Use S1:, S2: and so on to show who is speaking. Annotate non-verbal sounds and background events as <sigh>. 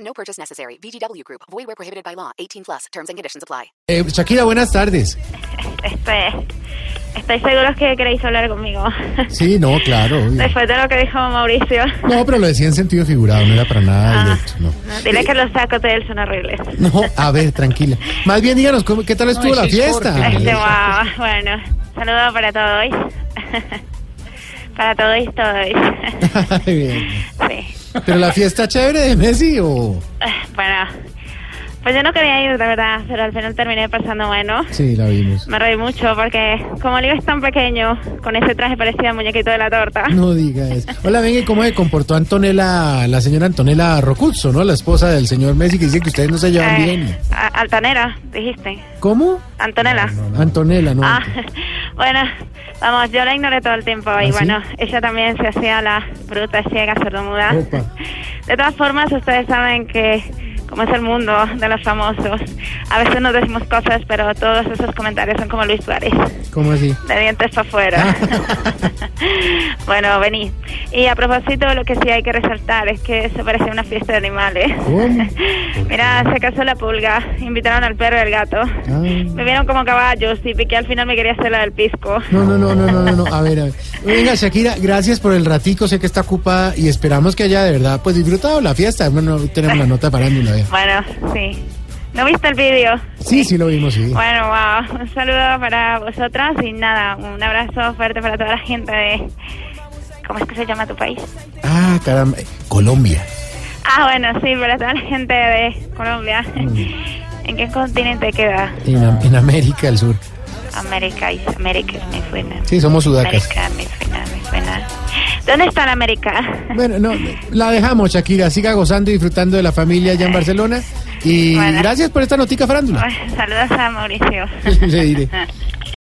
S1: No purchase necessary. VGW Group. Void where prohibited by law. 18 plus. Terms and conditions apply.
S2: Eh, Shakira, buenas tardes.
S3: Este, estoy seguros que queréis hablar conmigo. <laughs>
S2: Sí, no, claro. obvio.
S3: Después de lo que dijo Mauricio.
S2: No, pero lo decía en sentido figurado, no era para nada
S3: Ah,
S2: directo. No,
S3: Dile que los sacos de él son horribles.
S2: no a ver, tranquila. Más bien díganos, ¿cómo- ¿qué tal estuvo la fiesta?
S3: Este, wow. Bueno, saludos para todos. <laughs> Para todos y todos. <laughs>
S2: Ay, bien.
S3: Sí.
S2: Pero la fiesta chévere de Messi o...
S3: Bueno, pues yo no quería ir, de verdad, pero al final terminé pasando bueno.
S2: Sí, la vimos.
S3: Me reí mucho porque como Leo es tan pequeño, con ese traje parecía el muñequito de la torta.
S2: No digas. Hola, venga, ¿y ¿cómo se comportó Antonella, la señora Antonella Rocuzzo, no? La esposa del señor Messi que dice que ustedes no se llevan
S3: Eh,
S2: bien.
S3: a- Altanera, dijiste.
S2: ¿Cómo?
S3: Antonella.
S2: Antonella, ¿no?
S3: Ah, <laughs> bueno, vamos, yo la ignoré todo el tiempo
S2: ¿Ah,
S3: y
S2: sí?
S3: bueno, ella también se hacía la bruta, ciega, sordomuda.
S2: Opa.
S3: De todas formas, ustedes saben que como es el mundo de los famosos, a veces nos decimos cosas, pero todos esos comentarios son como Luis Suárez,
S2: ¿Cómo así?
S3: de dientes
S2: <laughs>
S3: para afuera. bueno, vení. Y a propósito, lo que sí hay que resaltar es que eso parecía una fiesta de animales.
S2: ¿Cómo?
S3: <laughs> Mira, se casó la pulga, invitaron al perro y al gato.
S2: Ah.
S3: Me vieron como caballos y Piqué al final me quería hacer la del pisco.
S2: No, no, no, no, no, no, no, a ver, a ver. Venga, Shakira, gracias por el ratico, sé que está ocupada y esperamos que haya de verdad pues disfrutado la fiesta. Bueno, hoy tenemos la nota parándula. ya.
S3: Bueno, sí. ¿No viste el vídeo?
S2: Sí, sí lo vimos, sí.
S3: Bueno, wow. Un saludo para vosotras y nada, un abrazo fuerte para toda la gente de... ¿Cómo es que se llama tu país?
S2: Ah, caramba, eh, Colombia.
S3: Ah, bueno, sí, para toda la gente de Colombia.
S2: Mm.
S3: ¿En qué continente queda?
S2: En, Am- en América del Sur.
S3: América y América, me suena.
S2: Sí, somos sudacas.
S3: América, me suena, me suena. ¿Dónde está la América? <laughs>
S2: Bueno, no, la dejamos, Shakira. Siga gozando y disfrutando de la familia allá en Barcelona. Y
S3: Bueno. <laughs>
S2: gracias por esta notica farándula. <laughs>
S3: Ay, Saludos a Mauricio. <laughs>
S2: Le diré.